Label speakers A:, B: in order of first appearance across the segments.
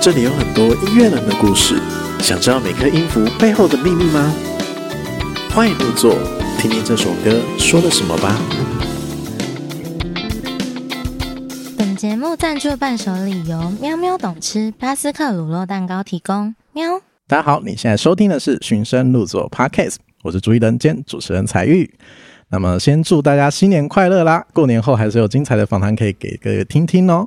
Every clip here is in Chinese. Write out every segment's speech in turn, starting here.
A: 这里有很多音乐人的故事，想知道每颗音符背后的秘密吗？欢迎入座，听听这首歌说了什么吧。
B: 本节目赞助伴手礼由喵喵懂吃巴斯克乳酪蛋糕提供。喵，
A: 大家好，你现在收听的是《寻声入座》Podcast，我是主持人兼主持人彩玉。那么先祝大家新年快乐啦！过年后还是有精彩的访谈可以给各位听听哦。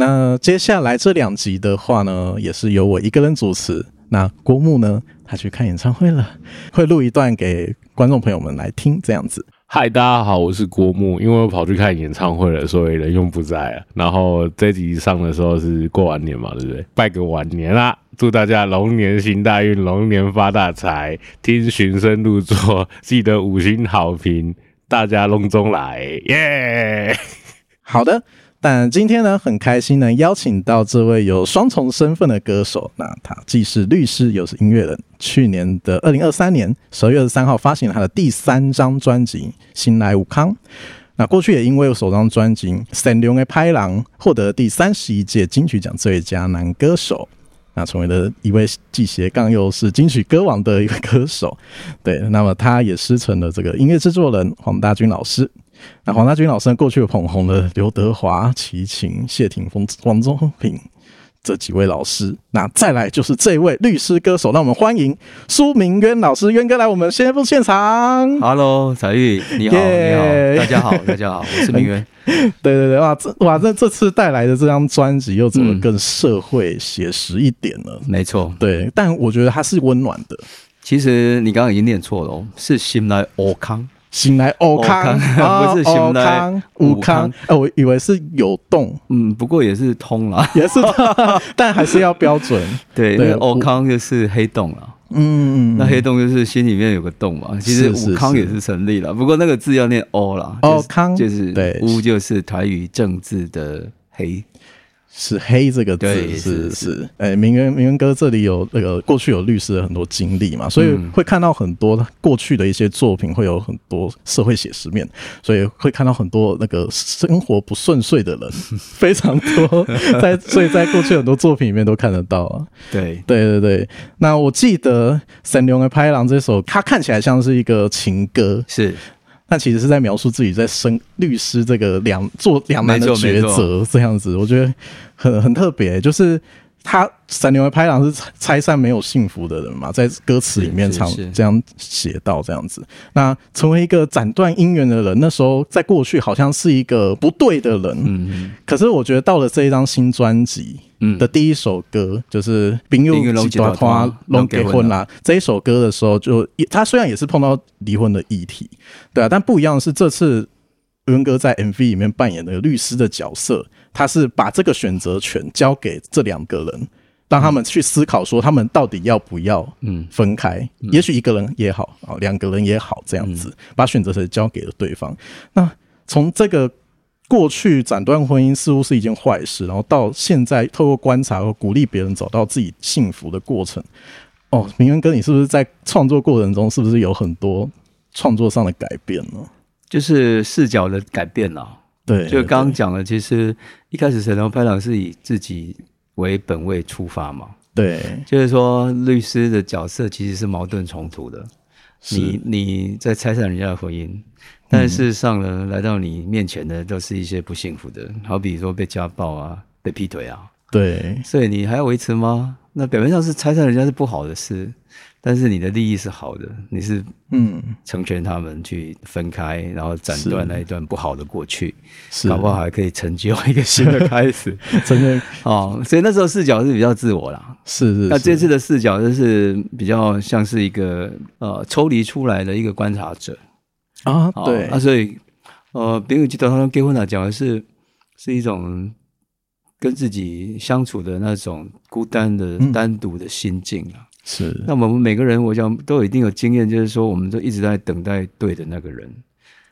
A: 那接下来这两集的话呢，也是由我一个人主持。那郭牧呢，他去看演唱会了，会录一段给观众朋友们来听，这样子。
C: 嗨，大家好，我是郭牧，因为我跑去看演唱会了，所以人用不在啊。然后这集上的时候是过完年嘛，对不对？拜个晚年啦，祝大家龙年行大运，龙年发大财，听寻声入座，记得五星好评，大家隆中来，耶、
A: 好的，但今天呢，很开心能邀请到这位有双重身份的歌手。那他既是律师，又是音乐人。去年的二零二三年十二月二十三号，发行了他的第三张专辑《新来武康》。那过去也因为首张专辑《神龙的拍郎》获得第三十一届金曲奖最佳男歌手，那成为了一位既斜杠又是金曲歌王的一个歌手。对，那么他也师承了这个音乐制作人黄大军老师。那黄大军老师呢过去捧红了刘德华、齐秦、谢霆锋、王宗平这几位老师。那再来就是这位律师歌手，让我们欢迎苏明渊老师，渊哥来我们先锋现场。
D: Hello，彩玉，你好
A: 耶
D: 你好，大家好，大家好，我 是明渊。
A: 对对对，哇，这哇这这次带来的这张专辑又怎
D: 嗯
A: 么更社会写实一点呢？
D: 没错，
A: 对，但我觉得它是温暖的。
D: 其实你刚刚已经念错了，哦，是新来欧康，
A: 醒来，欧康
D: 欧哦康
A: 啊
D: 不是醒来
A: 欧康武
D: 武康
A: 康，哎，我以为是有动，
D: 嗯，不过也是通啦。
A: 也是，但还是要标准。
D: 对，
A: 对
D: 那欧康就是黑洞啦，
A: 嗯，
D: 那黑洞就是心里面有个洞嘛。其实
A: 是是
D: 武康
A: 是
D: 也是成立了，不过那个字要念欧啦，
A: 欧
D: 就是
A: 康
D: 就是
A: 对
D: 乌就是台语政治的黑，
A: 是“黑”这个字，
D: 对
A: 是
D: 是
A: 是。哎，明恩明恩哥这里有那个过去有律师的很多经历嘛，所以
D: 嗯
A: 会看到很多过去的一些作品会有很多社会写实面，所以会看到很多那个生活不顺遂的 人非常多，在所以在过去很多作品里面都看得到啊。
D: 对，
A: 对对对，那我记得《神龙的拍狼》这首，它看起来像是一个情歌，
D: 是
A: 但其实是在描述自己在生律师这个两做两难的
D: 没错
A: 抉
D: 没错
A: 择这样子，我觉得很很特别、就是他闪牛的拍郎是拆拆散没有幸福的人嘛，在歌词里面
D: 是
A: 常
D: 是
A: 这样写到这样子。那成为一个斩断姻缘的人，那时候在过去好像是一个不对的人，
D: 嗯，
A: 可是我觉得到了这一张新专辑，
D: 嗯
A: 的第一首歌就是《朋
D: 朋
A: 友
D: 友
A: 几
D: 拢
A: 大
D: 一大
A: 拖
D: 摊
A: 拢
D: 拢
A: 结
D: 结
A: 婚
D: 婚
A: 啦》这一首歌的时候就，他虽然也是碰到离婚的议题，对啊，但不一样的是这次文哥在 MV 里面扮演的律师的角色，他是把这个选择权交给这两个人。让他们去思考，说他们到底要不要
D: 嗯嗯
A: 分开？也许一个人也好，啊，两个人也好，这样子、把选择权交给了对方。那从这个过去斩断婚姻似乎是一件坏事，然后到现在透过观察和鼓励别人找到自己幸福的过程。哦，明恩哥，你是不是在创作过程中是不是有很多创作上的改变呢？
D: 就是视角的改变啦。
A: 对，
D: 就刚刚讲了，其实一开始神龙拍档是以自己为本位出发嘛，
A: 对
D: 就是说律师的角色其实是矛盾冲突的。
A: 是
D: 你你在拆散人家的婚姻，但事实上呢，
A: 嗯
D: 来到你面前的都是一些不幸福的，好比说被家暴啊，被劈腿啊，
A: 对
D: 所以你还要维持吗？那表面上是拆散人家是不好的事，但是你的利益是好的，你是
A: 嗯
D: 成全他们去分开，然后斩
A: 是
D: 断那一段不好的过去。
A: 是，
D: 搞不好还可以成就一个新的开始
A: 真的
D: 哦。所以那时候视角是比较自我啦。
A: 是 是
D: 那这
A: 是
D: 次的视角就是比较像是一个呃抽离出来的一个观察者。
A: 啊
D: 哦、
A: 对
D: 那所以呃，别人记得他们结婚了，讲的是是一种跟自己相处的那种孤单的、
A: 嗯
D: 单独的心境啊。
A: 是
D: 那我们每个人，我想都有一定有经验，就是说，我们都一直在等待对的那个人。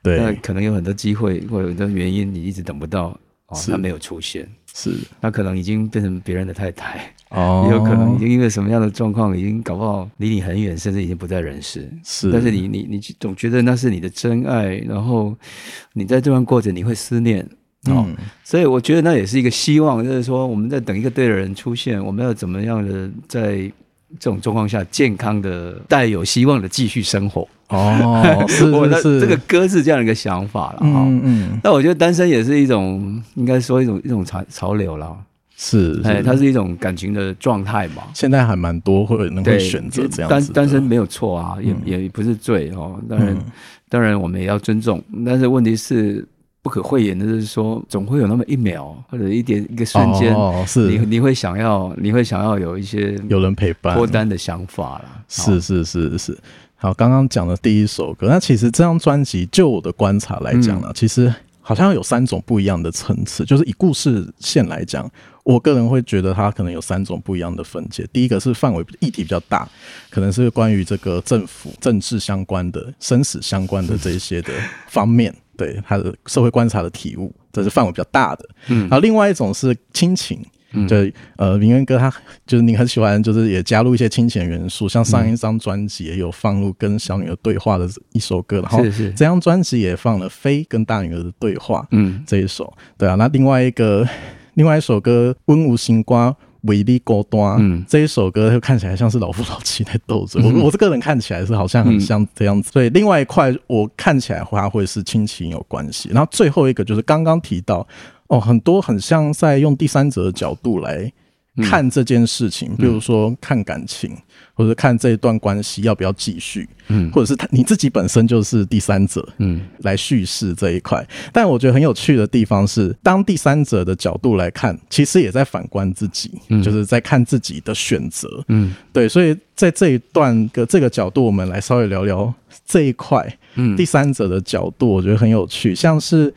D: 那
A: 对
D: 可能有很多机会或者有很多原因，你一直等不到哦，
A: 是
D: 他没有出现，
A: 是
D: 他可能已经变成别人的太太，
A: 哦
D: 也有可能已经因为什么样的状况，已经搞不好离你很远，甚至已经不在人世。
A: 是，
D: 但是你你你总觉得那是你的真爱，然后你在这段过程你会思念，
A: 嗯
D: 哦，所以我觉得那也是一个希望，就是说我们在等一个对的人出现，我们要怎么样的在这种状况下健康的、带有希望的继续生活。
A: 哦，是
D: 我的
A: 是是，
D: 这个歌是这样一个想法了哈。
A: 嗯嗯
D: 那我觉得单身也是一种，应该说一种一种潮潮流了。
A: 是，
D: 哎，
A: 是
D: 它是一种感情的状态嘛。
A: 现在还蛮多会能会
D: 对，
A: 选择这样
D: 单
A: 子的嗯
D: 单身没有错啊，也、也不是罪哦。当然，当然我们也要尊重，但是问题是不可讳言的，就是说总会有那么一秒或者一点一个瞬间，
A: 哦
D: 你
A: 是
D: 你会想要，你会想要有一些
A: 有人陪伴，
D: 脱单的想法啦。哦
A: 是是是是，好，刚刚讲的第一首歌，那其实这张专辑，就我的观察来讲呢，其实好像有三种不一样的层次，就是以故事线来讲，我个人会觉得它可能有三种不一样的分界。第一个是范围议题比较大，可能是关于这个政府政治相关的、生死相关的这一些的方面。对他的社会观察的体悟，这是范围比较大的。嗯，然后另外一种是亲情，
D: 嗯
A: 就是呃，明恩哥他就是你很喜欢，就是也加入一些亲情元素，像上一张专辑也有放入跟小女儿对话的一首歌，然后
D: 是是
A: 这张专辑也放了飞跟大女儿的对话，
D: 嗯，
A: 这一首，对啊，那另外一个 另外一首歌《温无星瓜》。维力高端，
D: 嗯
A: 这一首歌就看起来像是老夫老妻在斗嘴。我我这个人看起来是好像很像这样子，所以另外一块我看起来它会是亲情有关系。然后最后一个就是刚刚提到哦，很多很像在用第三者的角度来看这件事情，比如说看感情，或者看这一段关系要不要继续，嗯，或者是他你自己本身就是第三者，嗯，来叙事这一块。但我觉得很有趣的地方是，当第三者的角度来看，其实也在反观自己，
D: 嗯
A: 就是在看自己的选择，嗯，对，所以在这一段个这个角度，我们来稍微聊聊这一块，嗯，第三者的角度，我觉得很有趣，像是《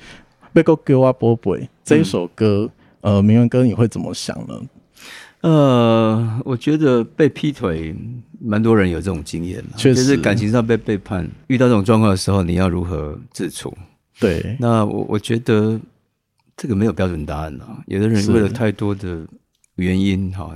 A: 被够给我波波》这一首歌。
D: 嗯
A: 呃，明文哥，你会怎么想呢？
D: 呃，我觉得被劈腿，蛮多人有这种经验啦
A: 确实
D: 就是感情上被背叛，遇到这种状况的时候，你要如何自处？
A: 对，
D: 那我我觉得这个没有标准答案啊。有的人
A: 是
D: 为了太多的原因哈、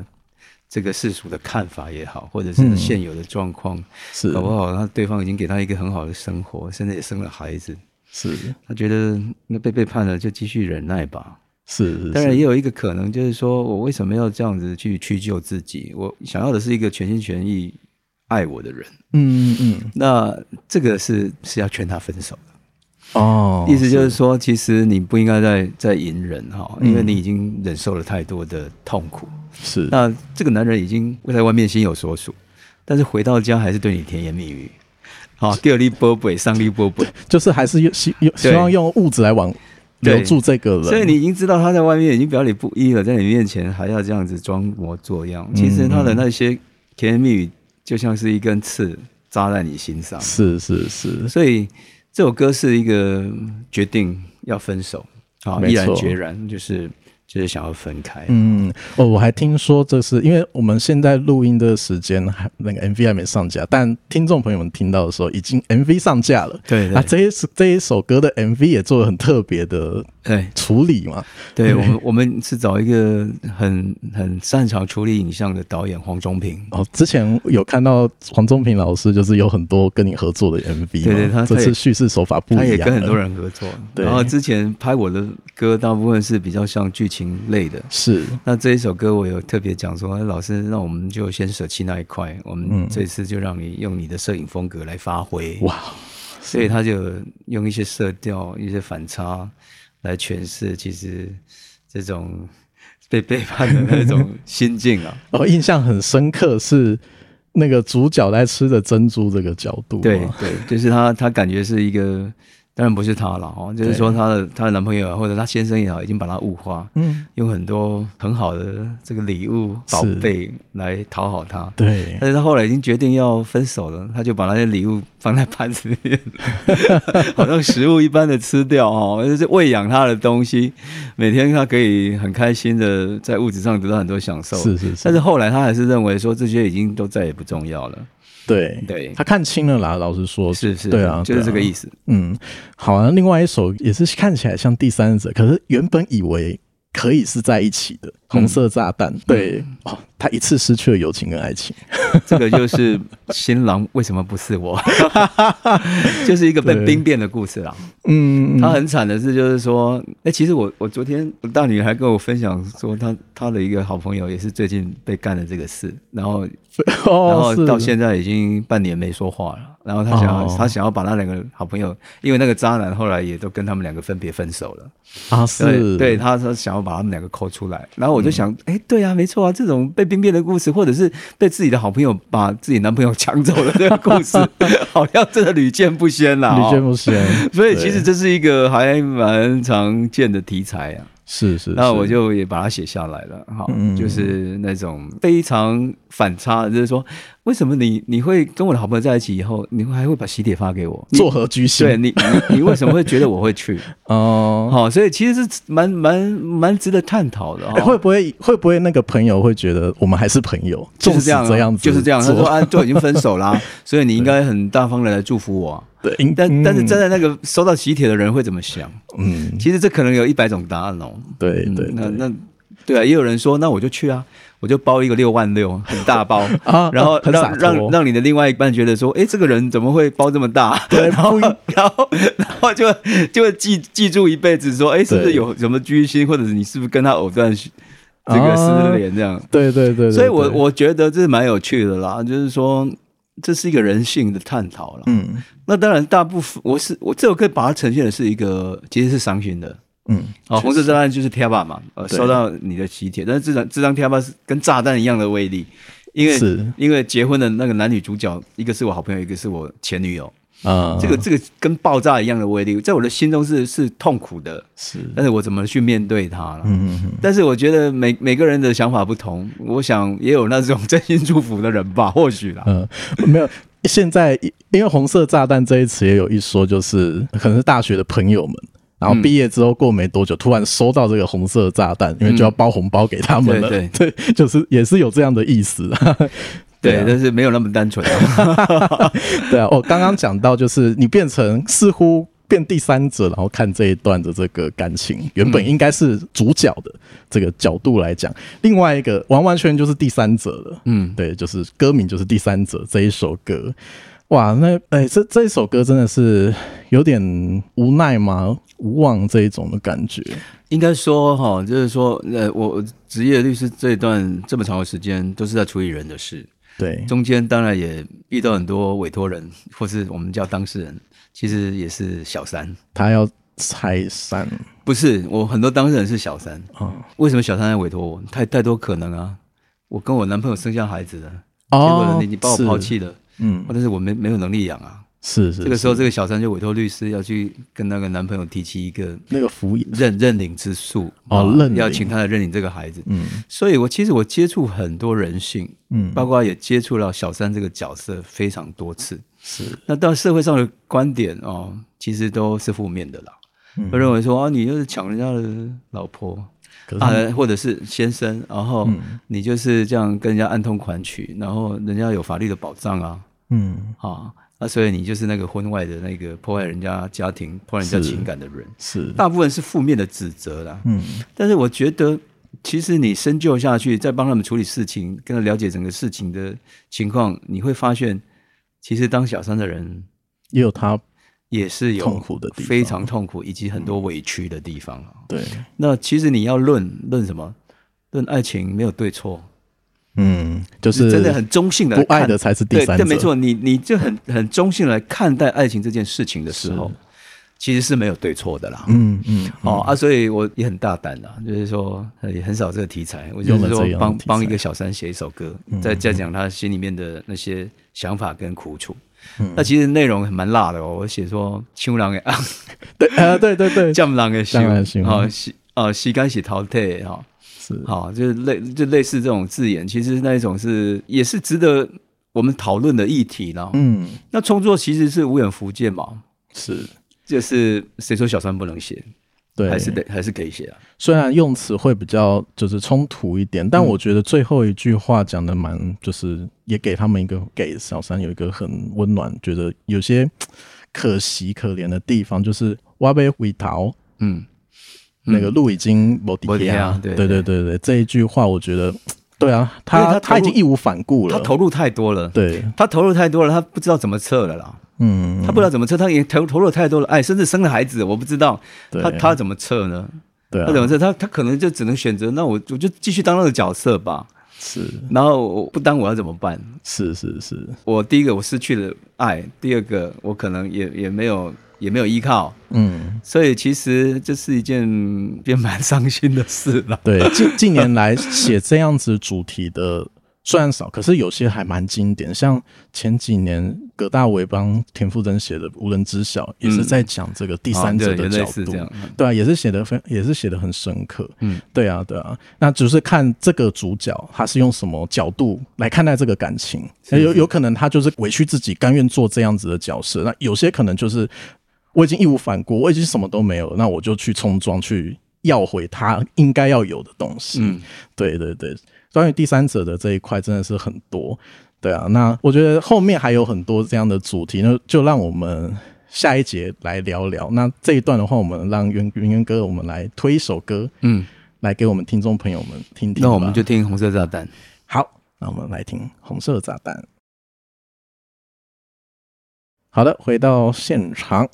D: 这个世俗的看法也好，或者是
A: 嗯
D: 现有的状况，
A: 是
D: 搞不好那对方已经给他一个很好的生活，甚至也生了孩子，
A: 是
D: 他觉得那被背叛了就继续忍耐吧。
A: 是，
D: 当然
A: 是
D: 也有一个可能，就是说我为什么要这样子去屈就自己？我想要的是一个全心全意爱我的人，
A: 嗯嗯嗯，
D: 那这个是是要劝他分手。
A: 哦，
D: 意思就是说，其实你不应该再再隐忍哈，因为你已经忍受了太多的痛苦。
A: 嗯是
D: 那这个男人已经在外面心有所属，但是回到家还是对你甜言蜜语，好，第 二粒波北，上粒波北，
A: 就是还是用希用希望用物质来挽
D: 对
A: 留住这个人，
D: 所以你已经知道他在外面已经表里不一了，在你面前还要这样子装模作样。其
A: 嗯
D: 实他的那些甜言蜜语就像是一根刺扎在你心上，
A: 是是是
D: 所以这首歌是一个决定要分手啊，
A: 没错
D: 毅然决然，就是就是想要分开。
A: 嗯，哦，我还听说这是因为我们现在录音的时间还那个 MV 还没上架，但听众朋友们听到的时候，已经 MV 上架了。
D: 对
A: 啊，
D: 对
A: 这一首这一首歌的 MV 也做了很特别的
D: 对
A: 处理嘛，
D: 对，我们我们是找一个很很擅长处理影像的导演黄忠平。
A: 哦，之前有看到黄宗平老师，就是有很多跟你合作的 MV，嘛
D: 对对他
A: 这
D: 他也
A: 次叙事手法不一
D: 他
A: 样了，
D: 也跟很多人合作，
A: 对
D: 然后之前拍我的歌，大部分是比较像剧情类的。
A: 是
D: 那这一首歌我有特别讲说，哎老师，那我们就先舍弃那一块，我们
A: 嗯
D: 这次就让你用你的摄影风格来发挥。
A: 哇，
D: 所以他就用一些色调、一些反差来诠释，其实这种被背叛的那种心境 啊。
A: 我哦印象很深刻是那个主角在吃的珍珠这个角度嘛，
D: 对对，就是他，他感觉是一个，当然不是他了哦，就是说他的他的男朋友啊或者他先生也好，已经把他物化，
A: 嗯，
D: 用很多很好的这个礼物宝
A: 是
D: 贝来讨好他。
A: 对，
D: 但是他后来已经决定要分手了，他就把那些礼物放在盘子里面， 好像食物一般的吃掉哦，就是喂养他的东西。每天他可以很开心的在物质上得到很多享受，
A: 是是是
D: 但是后来他还是认为说这些已经都再也不重要了，
A: 对
D: 对
A: 他看清了啦，老实说，
D: 是是，
A: 对啊，
D: 就是这个
A: 对啊
D: 意思。
A: 嗯，好啊。另外一首也是看起来像第三者，可是原本以为可以是在一起
D: 嗯
A: 的《红色炸弹》，对，哦，他一次失去了友情跟爱情，
D: 这个就是新郎为什么不 是我？就是一个被
A: 对
D: 兵变的故事啦。
A: 嗯，
D: 他很惨的是，就是说，哎、其实我我昨天我大女还跟我分享说她，她的一个好朋友也是最近被干了这个事，然后然
A: 哦，
D: 后
A: 是
D: 到现在已经半年没说话了。然后他想要、
A: 哦
D: 他想要把那两个好朋友，因为那个渣男后来也都跟他们两个分别分手了。
A: 啊
D: 对，
A: 是，
D: 对，他说想要把他们两个抠出来，然后我就想，哎、对啊，没错啊，这种被兵变的故事，或者是被自己的好朋友把自己男朋友抢走了这个故 事，好像真的屡见不鲜啦、
A: 屡见
D: 哦。
A: 不鲜，
D: 所以其实
A: 对
D: 这是一个还蛮常见的题材啊，
A: 是是，
D: 那我
A: 是
D: 就也把它写下来了。好，
A: 嗯
D: 就是那种非常反差，就是说，为什么你你会跟我的好朋友在一起以后，你会还会把喜帖发给我？你
A: 作何居心？
D: 对你你你为什么会觉得我会去？
A: 哦。
D: 好、所以其实是蛮蛮蛮值得探讨的、哦
A: 哎会不会会不会那个朋友会觉得我们还是朋友？
D: 就是
A: 纵
D: 这
A: 使
D: 样啊，
A: 这样子，
D: 就是这样。他说
A: 做
D: 啊， 都已经分手啦、所以你应该很大方的来祝福我啊、
A: 对，应
D: 但但是
A: 嗯
D: 站在那个收到喜帖的人会怎么想？
A: 嗯，
D: 其实这可能有一百种答案哦。
A: 对
D: 嗯
A: 对
D: 那
A: 对
D: 那对啊，也有人说，那我就去啊，我就包一个六万六，很大包
A: 啊
D: 然后
A: 很洒
D: 让
A: 脱
D: 让让你的另外一半觉得说，哎，这个人怎么会包这么大？
A: 对
D: 然后
A: 不一
D: 然后然后就就会记记住一辈子，说，哎，是不是
A: 对
D: 有什么居心，或者是你是不是跟他藕断这个
A: 啊
D: 丝连这样？
A: 对对对对，
D: 所以我
A: 对
D: 我觉得这是蛮有趣的啦，就是说这是一个人性的探讨啦。
A: 嗯
D: 那当然，大部分我是我这首歌把它呈现的是一个其实是伤心的。
A: 嗯
D: 哦，红色炸弹就是贴吧嘛，呃，
A: 对
D: 收到你的喜帖，但是这张这张贴吧是跟炸弹一样的威力，因为
A: 是
D: 因为结婚的那个男女主角，一个是我好朋友，一个是我前女友，
A: 啊，
D: 这个这个跟爆炸一样的威力，在我的心中是是痛苦的，
A: 是
D: 但是我怎么去面对它了？
A: 嗯嗯
D: 但是我觉得每每个人的想法不同，我想也有那种真心祝福的人吧，或许啦。
A: 嗯嗯，没有。现在因为“红色炸弹”这一词也有一说，就是可能是大学的朋友们，然后毕业之后过没多久，突然收到这个红色炸弹，因为就要包红包给他们了。
D: 嗯
A: 嗯 对就是也是有这样的意思。
D: 对，
A: 啊
D: 但是没有那么单纯、啊。
A: 对啊，我刚刚讲到，就是你变成似乎变第三者，然后看这一段的这个感情，原
D: 嗯
A: 本应该是主角的这个角度来讲，另外一个完完全全就是第三者了。
D: 嗯，
A: 对，就是歌名就是《第三者》这一首歌。哇，那哎、这这一首歌真的是有点无奈吗？无望这一种的感觉。
D: 应该说哈，就是说，呃，我我职业律师这一段这么长的时间都是在处理人的事，
A: 对，
D: 中间当然也遇到很多委托人，或是我们叫当事人，其实也是小三。
A: 他要拆散
D: 不是，我很多当事人是小三。
A: 啊，
D: 为什么小三来委托我？太太多可能啊！我跟我男朋友生下孩子了，结果
A: 哦
D: 呢，你你把我
A: 是
D: 抛弃了，
A: 嗯，
D: 但是我没没有能力养啊。
A: 是是，
D: 这个时候，
A: 是
D: 这个小三就委托律师要去跟那个男朋友提起一个
A: 那个抚养，
D: 认认领之诉
A: 哦
D: 啊
A: 认领
D: 要请他来认领这个孩子。
A: 嗯
D: 所以我其实我接触很多人性，
A: 嗯，
D: 包括也接触到小三这个角色非常多次。
A: 是
D: 那到社会上的观点哦，其实都是负面的啦，
A: 嗯
D: 会认为说啊，你就是抢人家的老婆
A: 可是他
D: 啊，或者是先生，然后
A: 嗯
D: 你就是这样跟人家暗通款曲，然后人家有法律的保障啊，
A: 嗯
D: 啊，那所以你就是那个婚外的那个破坏人家家庭、破坏人家
A: 是
D: 情感的人，
A: 是
D: 大部分是负面的指责啦。
A: 嗯
D: 但是我觉得，其实你深究下去，再帮他们处理事情，跟他了解整个事情的情况，你会发现，其实当小三的人
A: 也有他
D: 也是有
A: 痛苦的地方
D: 非常痛苦以及很多委屈的地方啊。
A: 对
D: 那其实你要论论什么？论爱情没有对错，
A: 嗯，就是是
D: 真的很中性的
A: 不爱的才是第三
D: 对
A: 者，
D: 对，没错，你你就很很中性地来看待爱情这件事情的时候
A: 是，
D: 其实是没有对错的啦。
A: 嗯，嗯嗯
D: 哦啊，所以我也很大胆啊，就是说呃也很少这个题材，我就
A: 用了
D: 是说
A: 这样的
D: 帮
A: 题材嗯
D: 帮一个小三写一首歌，再再讲他心里面的那些想法跟苦楚。
A: 嗯
D: 那其实内容很蛮辣的哦，我写说秋郎的
A: 对呃对对 对，
D: 酱郎的
A: 酱的心
D: 好西啊西干洗淘汰哈，
A: 是
D: 好哦就是类就类似这种字眼，其实那一种是也是值得我们讨论的议题啦。
A: 嗯
D: 那创作其实是无远弗届嘛，
A: 是。
D: 就是谁说小三不能写，
A: 对，
D: 还是得还是可以写啊。
A: 虽然用词会比较就是冲突一点，
D: 嗯
A: 但我觉得最后一句话讲的蛮，就是也给他们一个给小三有一个很温暖，觉得有些可惜可怜的地方，就是挖贝回逃。
D: 嗯，
A: 那个路已经没底
D: 没底
A: 啊
D: 啊，对
A: 对对对对，这一句话我觉得对啊，
D: 因为
A: 他
D: 他
A: 他已
D: 投入
A: 经义无反顾了，
D: 他投入太多了，
A: 对，
D: 他投入太多了，他不知道怎么测了啦。
A: 嗯，
D: 他不知道怎么测，他也投投入太多了，哎，甚至生了孩子，我不知道
A: 对
D: 他他怎么测呢？
A: 对啊
D: 他，怎么测？他他可能就只能选择，那我我就继续当那个角色吧。
A: 是
D: 然后我不当我要怎么办？
A: 是是是，
D: 我第一个我失去了爱，第二个我可能也也没有也没有依靠，
A: 嗯。
D: 所以其实这是一件也蛮伤心的事了。
A: 对，近近年来写这样子主题的虽然少，可是有些还蛮经典，像前几年葛大为帮田馥甄写的《无人知晓》，也是在讲这个第三者
D: 嗯哦对
A: 的
D: 也
A: 角
D: 类似
A: 度，
D: 这样
A: 对啊，也是写的非，也是写的很深刻，
D: 嗯，
A: 对啊，对啊，那只是看这个主角他是用什么角度来看待这个感情，有有可能他就是委屈自己，甘愿做这样子的角色，那有些可能就是我已经义无反顾，我已经什么都没有了，那我就去冲撞，去要回他应该要有的东西。嗯，对对对，关于第三者的这一块真的是很多。对啊，那我觉得后面还有很多这样的主题，那就让我们下一节来聊聊。那这一段的话，我们让云云渊哥我们来推一首歌，
D: 嗯，
A: 来给我们听众朋友们听听吧。
D: 那我们就听红色炸弹。
A: 好，那我们来听《红色炸弹》。好的，回到现场。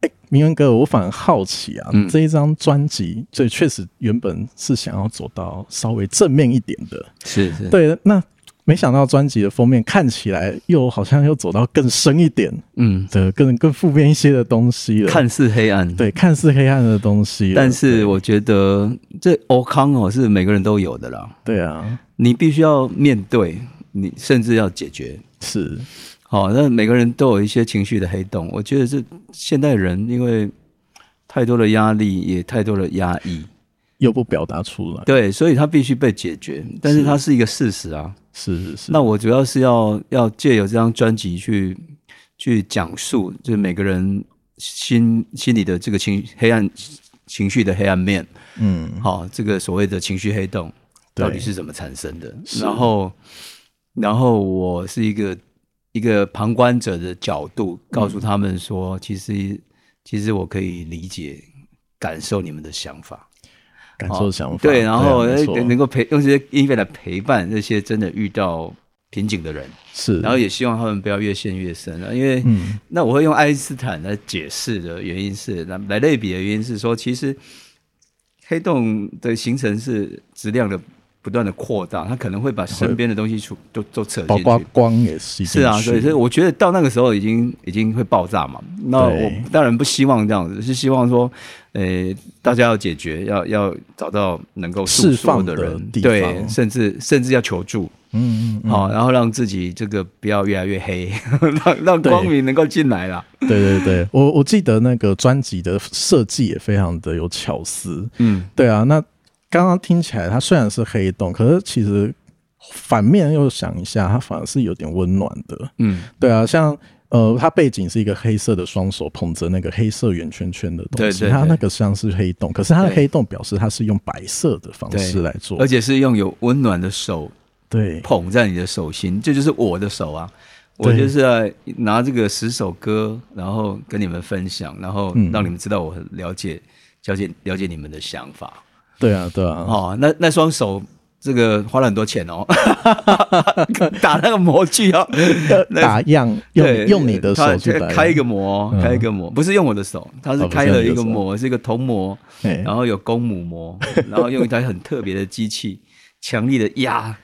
A: 哎，明恩哥，我反而好奇啊，
D: 嗯
A: 这一张专辑，这确实原本是想要走到稍微正面一点的，
D: 是是，
A: 对，那没想到专辑的封面看起来又好像又走到更深一点
D: 嗯，
A: 的、更更负面一些的东西了。
D: 看似黑暗，
A: 对，看似黑暗的东西了，
D: 但是我觉得这欧康哦是每个人都有的啦，
A: 对啊，
D: 你必须要面对，你甚至要解决。
A: 是
D: 好、那每个人都有一些情绪的黑洞。我觉得这现代人因为太多的压力，也太多的压抑，
A: 又不表达出来，
D: 对，所以它必须被解决。但是它是一个事实啊。
A: 是是是，
D: 那我主要是要要借由这张专辑去去讲述，就是每个人心心里的这个情黑暗情绪的黑暗面。
A: 嗯，
D: 好、这个所谓的情绪黑洞
A: 对
D: 到底是怎么产生的？然后，然后我是一个一个旁观者的角
A: 嗯
D: 度，告诉他们说，其实其实我可以理解、感受你们的想法，
A: 感
D: 哦
A: 受想法，
D: 对，然后
A: 对啊没
D: 哎
A: 错
D: 能够陪用这些音乐来陪伴那些真的遇到瓶颈的人，
A: 是，
D: 然后也希望他们不要越陷越深啊，因为
A: 嗯
D: 那我会用爱因斯坦来解释的原因是，来来类比的原因是说，其实黑洞的形成是质量的不断的扩大，它可能会把身边的东西出都都扯
A: 包
D: 进
A: 括
D: 去。
A: 光也是一
D: 是啊，所以所以
A: 是
D: 我觉得到那个时候已经已经会爆炸嘛。那我
A: 对
D: 当然不希望这样子，是希望说，呃，大家要解决，要要找到能够诉
A: 释放
D: 说
A: 的
D: 人，
A: 地
D: 对，
A: 方
D: 甚至甚至要求助。
A: 嗯嗯嗯，
D: 好、然后让自己这个不要越来越黑， 让让
A: 对
D: 光明能够进来啦。
A: 对 对对，我我记得那个专辑的设计也非常的有巧思，
D: 嗯，
A: 对啊，那刚刚听起来它虽然是黑洞，可是其实反面又想一下，它反而是有点温暖的，
D: 嗯
A: 对啊，像呃，它背景是一个黑色的双手捧着那个黑色圆圈圈的东西，
D: 对对对
A: 它那个像是黑洞，可是它的
D: 对
A: 黑洞表示它是用白色的方式
D: 对
A: 来做，
D: 而且是用有温暖的手
A: 对
D: 捧在你的手心，这就是我的手啊！我
A: 对
D: 就是要拿这个十首歌，然后跟你们分享，然后
A: 嗯
D: 让你们知道我很了解、了解、了解你们的想法。
A: 对啊对啊，
D: 哦，那那双手。这个花了很多钱哦， 打那个模具哦，那
A: 打样
D: 对
A: 用用你的手
D: 它
A: 去打样
D: 开一个模
A: 嗯，
D: 开一个模，不是用我的手，它
A: 哦
D: 是
A: 不是
D: 开了一个
A: 用你的手
D: 模，是一个铜模，
A: 哎
D: 然后有公母膜，然后用一台很特别的机器，强力的压，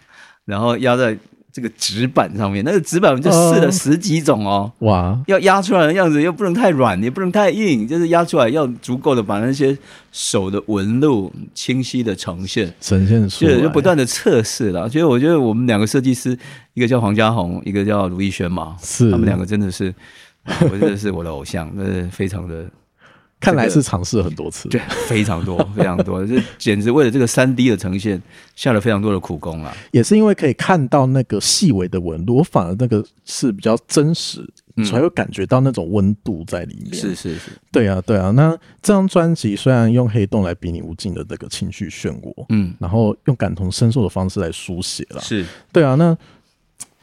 D: 然后压在这个纸板上面。那个纸板我们就试了
A: 哦
D: 十几种哦，
A: 哇，
D: 要压出来的样子又不能太软，也不能太硬，就是压出来要足够的把那些手的纹路清晰的呈现。
A: 呈现出
D: 就
A: 来，
D: 就不断的测试了，所以我觉得我们两个设计师，一个叫黄家宏，一个叫卢逸轩嘛，
A: 是
D: 他们两个真的是，啊我真的是我的偶像，那是非常的
A: 看来是尝试很多次，
D: 对，非常多，非常多，这简直为了这个三 D 的呈现下了非常多的苦功啦。
A: 也是因为可以看到那个细微的纹路，我反而那个是比较真实，才会感觉到那种温度在里面。
D: 嗯是是是，
A: 对啊，对啊。那这张专辑虽然用黑洞来比拟无尽的这个情绪漩涡，
D: 嗯，
A: 然后用感同身受的方式来书写了，
D: 是
A: 对啊，那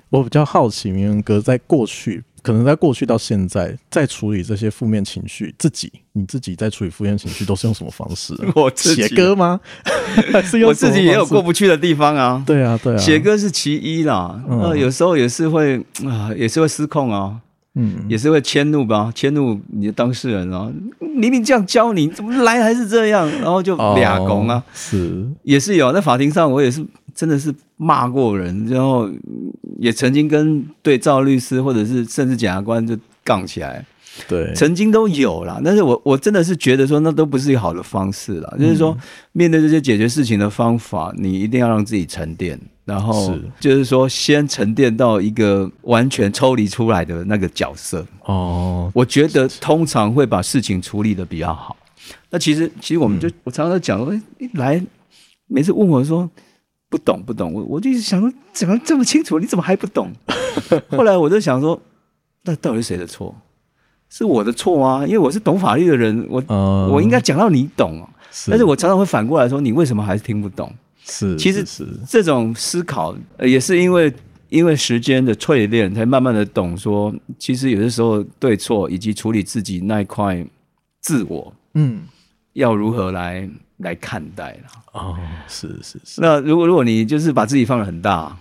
A: 我比较好奇，明恩哥在过去可能在过去到现在，在处理这些负面情绪，自己你自己在处理负面情绪都是用什么方式啊、
D: 我自己
A: 写歌吗？ 还是用
D: 我自己也有过
A: 不？
D: 不去的地方啊。
A: 对啊，对啊，
D: 写歌是其一啦，
A: 嗯
D: 呃，有时候也是会啊、也是会失控啊，
A: 嗯，
D: 也是会迁怒吧，迁怒你的当事人啊，明明这样教你，怎么来还是这样，然后就俩拱啊，
A: 哦，是
D: 也是有。在法庭上，我也是真的是骂过人，然后也曾经跟对赵律师或者是甚至检察官就杠起来，
A: 对，
D: 曾经都有啦。但是我我真的是觉得说，那都不是一个好的方式啦。
A: 嗯
D: 就是说，面对这些解决事情的方法，你一定要让自己沉淀。然后
A: 是
D: 就是说，先沉淀到一个完全抽离出来的那个角色，
A: 哦，
D: 我觉得通常会把事情处理的比较好。那其实，其实我们就、我常常讲，哎一来每次问我说不懂不懂，我我就一直想说，怎么这么清楚，你怎么还不懂？后来我就想说，那到底是谁的错？是我的错啊，因为我是懂法律的人，我、
A: 呃，
D: 我应该讲到你懂啊。
A: 是，
D: 但是我常常会反过来说，你为什么还是听不懂？
A: 是，
D: 其实
A: 是
D: 这种思考、呃也是因为因为时间的淬炼，才慢慢的懂说，其实有些时候对错以及处理自己那一块自我
A: 嗯，
D: 要如何来来看待啦。
A: 哦，是是是，
D: 那如果如果你就是把自己放得很大，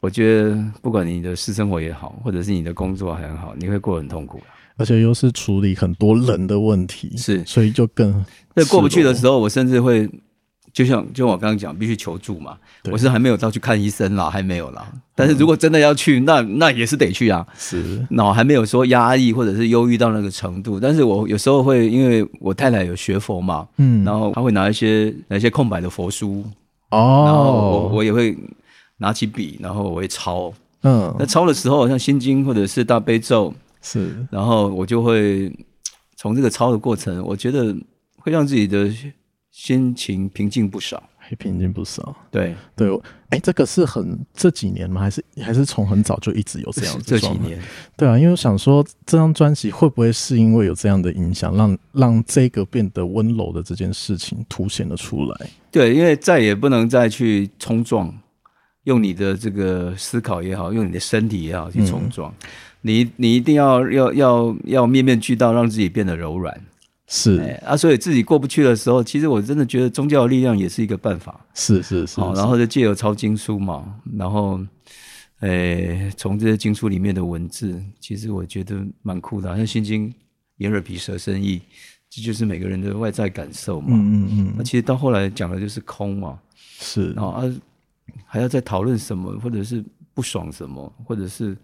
D: 我觉得不管你的私生活也好，或者是你的工作很好，你会过得很痛苦啦。
A: 而且又是处理很多人的问题，
D: 是
A: 所以就更
D: 那过不去的
A: 候，
D: 时候，我甚至会。就像就我刚刚讲，必须求助嘛。
A: 对
D: 我是还没有到去看医生啦，还没有啦。但是如果真的要去，那那也是得去啊。
A: 是
D: 脑还没有说压抑或者是忧郁到那个程度，但是我有时候会，因为我太太有学佛嘛，
A: 嗯，
D: 然后她会拿一些拿一些空白的佛书，然后我
A: 哦，
D: 我也会拿起笔，然后我会抄。那
A: 嗯，
D: 抄的时候，像心经或者是大悲咒，
A: 是
D: 然后我就会嘖从这个抄的过程，我觉得会让自己的心情平静不少。
A: 还平静不少。
D: 对，
A: 对，我哎、这个是很这几年吗？还是还是从很早就一直有这样子
D: 这
A: 的
D: 几
A: 状态？
D: 年，
A: 对啊，因为我想说，这张专辑会不会是因为有这样的影响，让让这个变得温柔的这件事情凸显了出来？
D: 对，因为再也不能再去冲撞，用你的这个思考也好，用你的身体也好去冲撞。
A: 嗯
D: 你你一定要要要要面面俱到，让自己变得柔软。
A: 是、
D: 哎啊，所以自己过不去的时候，其实我真的觉得宗教的力量也是一个办法。
A: 是是是，
D: 好，
A: 是
D: 然后就借由抄经书嘛，然后，诶，从这些经书里面的文字，其实我觉得蛮酷的啊、像《心经》，眼耳鼻舌身意，这就是每个人的外在感受嘛。
A: 嗯嗯
D: 那、
A: 嗯，
D: 其实到后来讲的就是空嘛。
A: 是
D: 然后啊，还要再讨论什么，或者是不爽什么，或者是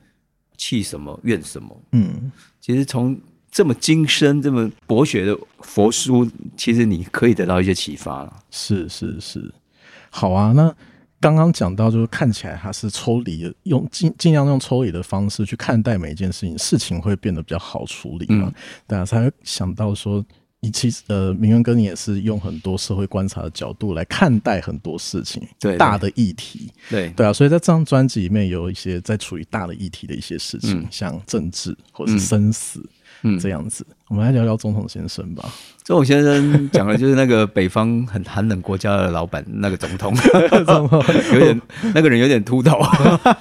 D: 气什么、怨什么。
A: 嗯
D: 其实从这么精深、这么博学的佛书，其实你可以得到一些启发了。
A: 是是是，好啊。那刚刚讲到，就是看起来它是抽离的，用尽尽量用抽离的方式去看待每一件事情，事情会变得比较好处理
D: 嗯
A: 嘛。对啊，才会想到说，你其实呃，明恩哥你也是用很多社会观察的角度来看待很多事情，
D: 对
A: 大的议题。
D: 对
A: 对啊，所以在这张专辑里面有一些在处理大的议题的一些事情，
D: 嗯
A: 像政治或是生死、
D: 嗯
A: 这样子。我们来聊聊总统先生吧。
D: 周永先生讲的就是那个北方很寒冷国家的老板，那个总 统，有点那个人有点秃头。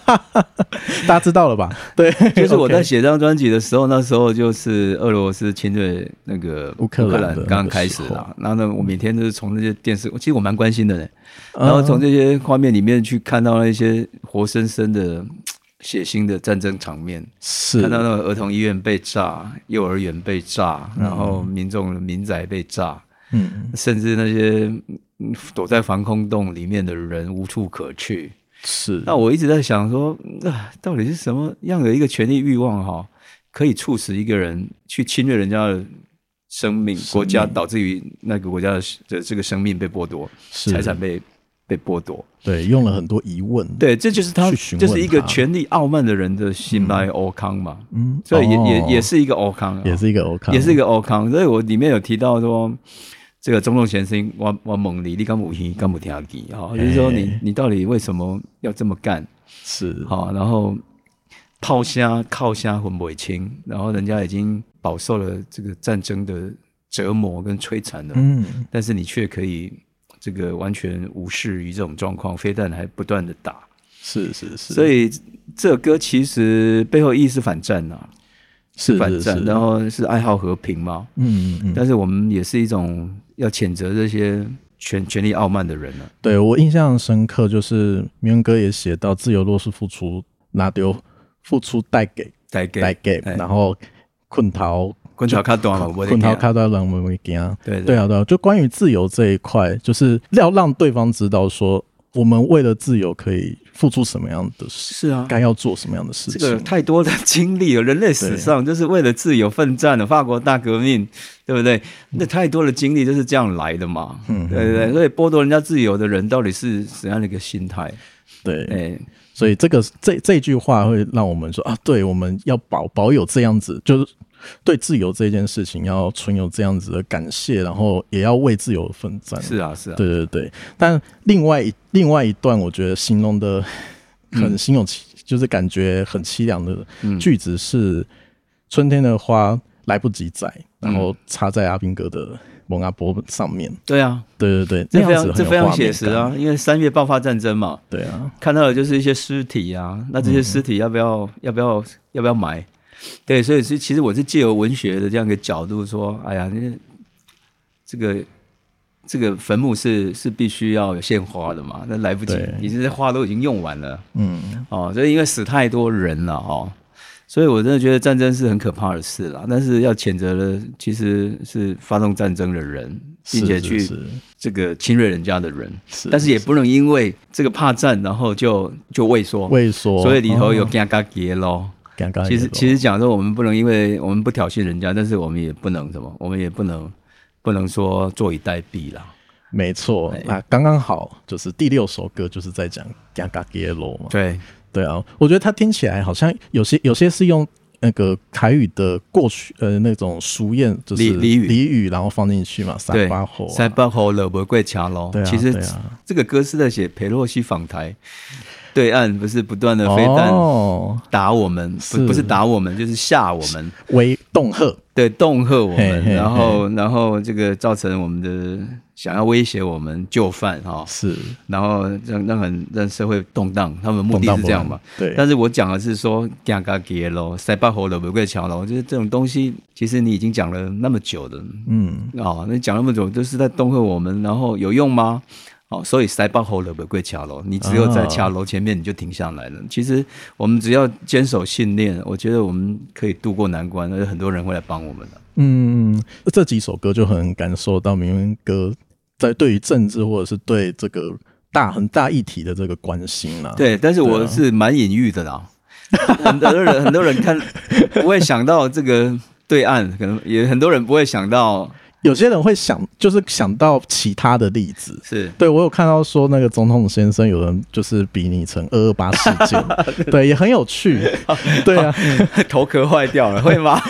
A: 大家知道了吧？对，
D: 就是我在
A: OK
D: 写这张专辑的时候，那时候就是俄罗斯侵略那个
A: 乌克兰的那个
D: 刚刚开始
A: 时候
D: 啦。然后呢，我每天都是从那些电视，其实我蛮关心的呢。
A: 嗯
D: 然后从这些画面里面去看到那些活生生的血腥的战争场面，
A: 是
D: 看到那个儿童医院被炸，幼儿园被炸，然后民众的民宅被炸，
A: 嗯，
D: 甚至那些嗯躲在防空洞里面的人无处可去。
A: 是
D: 那我一直在想说，嗯啊，到底是什么样的一个权利欲望哈、可以促使一个人去侵略人家的生命、国家，导致于那个国家的的这个生命被剥夺，
A: 是
D: 财产被被剥夺？
A: 对，用了很多疑问，，
D: 对，这就是他，
A: 去询
D: 这
A: 问
D: 是一个
A: 他
D: 权力傲慢的人的心来欧康嘛，
A: 嗯，
D: 所以也、
A: 哦
D: 也也是一个欧康、啊，
A: 也是一个 OK，
D: 也是一
A: 个
D: 个欧康。所以我里面有提到说，这个中众先生，我我蒙你，你敢不听，敢不听记哈，就是说你
A: 哎
D: 你到底为什么要这么干？
A: 是
D: 好，然后泡虾靠虾混尾清，然后人家已经饱受了这个战争的折磨跟摧残了，
A: 嗯，
D: 但是你却可以这个完全无视于这种状况，非但还不断的打，
A: 是是是，
D: 所以这首歌其实背后意义是反战呐、
A: 是
D: 反
A: 是
D: 战
A: 是，
D: 然后是爱好和平嘛。
A: 嗯嗯嗯，
D: 但是我们也是一种要谴责这些权权力傲慢的人呢、啊。
A: 对我印象深刻就是明恩哥也写到，自由若是付出，那丢付出带给
D: 带给
A: 带给，
D: 哎
A: 然后困逃
D: 滚草卡短嘛，我的
A: 困逃
D: 天啊
A: 卡到人为惊。
D: 对
A: 对，啊，对啊，就关于自由这一块，就是要让对方知道说，我们为了自由可以付出什么样的事，
D: 是啊，
A: 该要做什么样的事
D: 这
A: 情。
D: 个太多的经历了，人类史上就是为了自由奋战的法国大革命，对不对？那太多的经历就是这样来的嘛，
A: 嗯
D: 对不对？所以剥夺人家自由的人到底是怎样的一个心态？
A: 对，
D: 哎，
A: 所以这个这这句话会让我们说啊，对，我们要保保有这样子，就是对自由这件事情要存有这样子的感谢，然后也要为自由奋战。
D: 是啊，是啊，
A: 对对对，但另外一另外一段，我觉得形容的
D: 嗯
A: 很心有戚，就是感觉很凄凉的句子是：春天的花来不及摘，
D: 嗯
A: 然后插在阿兵哥的蒙阿波上面。
D: 对啊，
A: 对对对，
D: 这
A: 那
D: 非
A: 样子
D: 常这
A: 很有
D: 非常
A: 画面
D: 写实啊
A: 感。，
D: 因为三月爆发战争嘛，
A: 对啊，
D: 看到的就是一些尸体啊，那这些尸体要不要、要不要要不要埋？对，所以是其实我是借由文学的这样一个角度说，哎呀，那这个这个坟墓是是必须要有献花的嘛，那来不及
A: 对，
D: 你这些花都已经用完了
A: 嗯，
D: 哦，所以因为死太多人了哦，所以我真的觉得战争是很可怕的事啦，但是要谴责的其实是发动战争的人，并且
A: 是
D: 去
A: 是
D: 这个侵略人家的人，
A: 是
D: 但是也不能因为这个怕战，然后就就畏缩。
A: 畏缩，
D: 哦
A: 哦
D: 所以里头有尴尬结咯。
A: 刚刚
D: 其实其实讲说，我们不能因为我们不挑衅人家，但是我们也不能什么，我们也不能不能说坐以待毙啦。
A: 没错，
D: 哎
A: 那刚刚好就是第六首歌就是在讲尴尬耶罗嘛。
D: 对，
A: 对啊，我觉得它听起来好像有些有些是用那个台语的过去呃那种俗谚，就是
D: 俚俚语
A: 俚语，然后放进去嘛，
D: 对
A: 三八火、，
D: 塞巴侯勒伯贵强咯
A: 啊对。啊
D: 其实
A: 对啊
D: 这个歌是在写佩洛西访台，对岸不是不断的飞弹
A: 哦，
D: 打我们，
A: 是
D: 不不是打我们，就是吓我们。
A: 为恫吓，
D: 对，恫吓我
A: 嘿嘿
D: 们，
A: 嘿
D: 然后然后这个造成我们的想要威胁我们就范哈、
A: 是
D: 然后让让很让社会动荡，他们的目的是这样
A: 动荡
D: 嘛？？
A: 不安对，
D: 但是我讲的是说，尴尬结咯，塞巴侯了，玫瑰桥咯，就是这种东西，其实你已经讲了那么久的
A: 嗯，
D: 哦，那讲那么久就是在恫吓我们，然后有用吗？哦，所以塞巴侯了，玫瑰桥咯，你只有在桥楼前面你就停下来
A: 哦
D: 了。其实我们只要坚守信念，我觉得我们可以渡过难关，而且很多人会来帮我们的。
A: 嗯，这几首歌就很感受到明文哥在对于政治或者是对这个大很大议题的这个关心啦、，
D: 对，但是我
A: 啊
D: 是蛮隐喻的啦。 很多人很多人看不会想到这个对岸，可能也很多人不会想到
A: 有些人会想，就是想到其他的例子，
D: 是
A: 对，我有看到说那个总统先生有人就是比拟成二二八事 件，对，也很有趣。对啊，
D: 头壳坏掉了，会吗？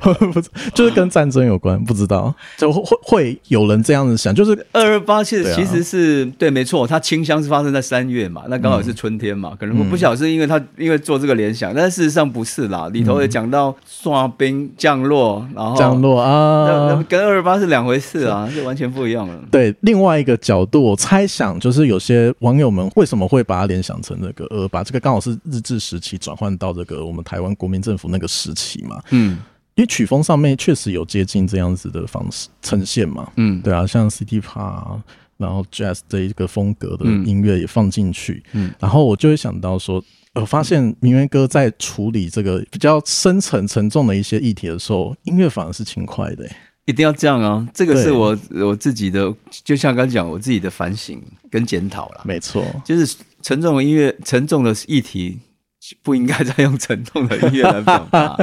A: 不知就是跟战争有关，不知道就会会有人这样子想，就是
D: 二二八其
A: 对
D: 实
A: 啊
D: 其实是对，没错，它清香是发生在三月嘛，那刚好
A: 嗯
D: 是春天嘛，可能我不小心因为它因为做这个联想，但事实上不是啦，里头也讲到刷冰降落，然后
A: 嗯降落
D: 哦那，那
A: 啊。
D: 跟二二八是两回事啊，是完全不一样了。
A: 对，另外一个角度，我猜想就是有些网友们为什么会把它联想成那个二二八，这个刚好是日治时期转换到这个我们台湾国民政府那个时期嘛，
D: 嗯
A: 因为曲风上面确实有接近这样子的方式呈现嘛。
D: 嗯，
A: 对啊，像 City Pop，啊然后 Jazz 这一个风格的音乐也放进去，
D: 嗯
A: 然后我就会想到说，呃，发现明源哥在处理这个比较深层沉重的一些议题的时候，音乐反而是轻快的、欸
D: 一定要这样啊！这个
A: 对
D: 是我我自己的，就像刚讲我自己的反省跟检讨啦。
A: 没错，
D: 就是沉重的音乐、沉重的议题，不应该再用沉重的音乐来表 达。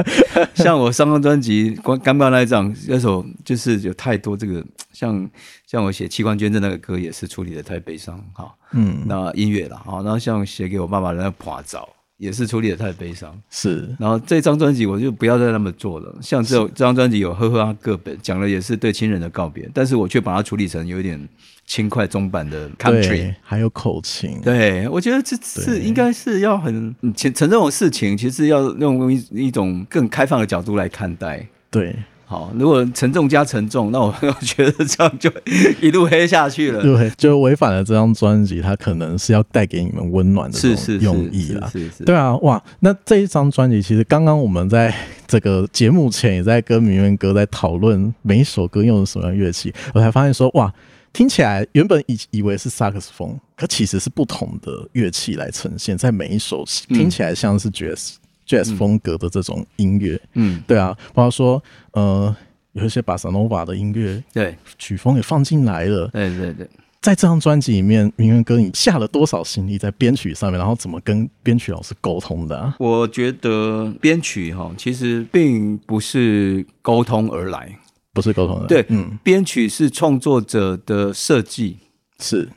D: 像我上张专辑《光干爸》那一张，那首就是有太多这个，像像我写器官捐赠那个歌也是处理的太悲伤哈。
A: 嗯，
D: 那音乐啦，好，然后像写给我爸爸的那《破照》也是处理的太悲伤。
A: 是
D: 然后这张专辑我就不要再那么做了。像这这张专辑有《呵呵啊个本》，讲的也是对亲人的告别，但是我却把它处理成有一点轻快中版的 country
A: 对。，还有口琴，
D: 对，我觉得这是应该是要很嗯承承认这种事情，其实要用一一种更开放的角度来看待。
A: 对，
D: 好，如果沉重加沉重，那我 我觉得这样就 一路黑下去了。
A: 对，就违反了这张专辑，它可能是要带给你们温暖的这种
D: 是是是
A: 用意啦。
D: 是是是，
A: 对啊，哇，那这一张专辑其实刚刚我们在 这个节目前也在跟明渊哥在讨论每一首歌用的什么样的乐器，我才发现说哇，听起来原本以以为是萨克斯风，可其实是不同的乐器来呈现，在每一首听起来像是爵士、jazz 风格的这种音乐。
D: 嗯，
A: 对啊，包括说呃，有一些巴萨诺瓦的音乐
D: 对，
A: 曲风也放进来了。
D: 对对对，
A: 在这张专辑里面，明渊哥你下了多少心力在编曲上面，然后怎么跟编曲老师沟通的、啊？
D: 我觉得编曲哈，其实并不是沟通而来，
A: 不是沟通的，
D: 对
A: 嗯，
D: 编曲是创作者的设计
A: 是，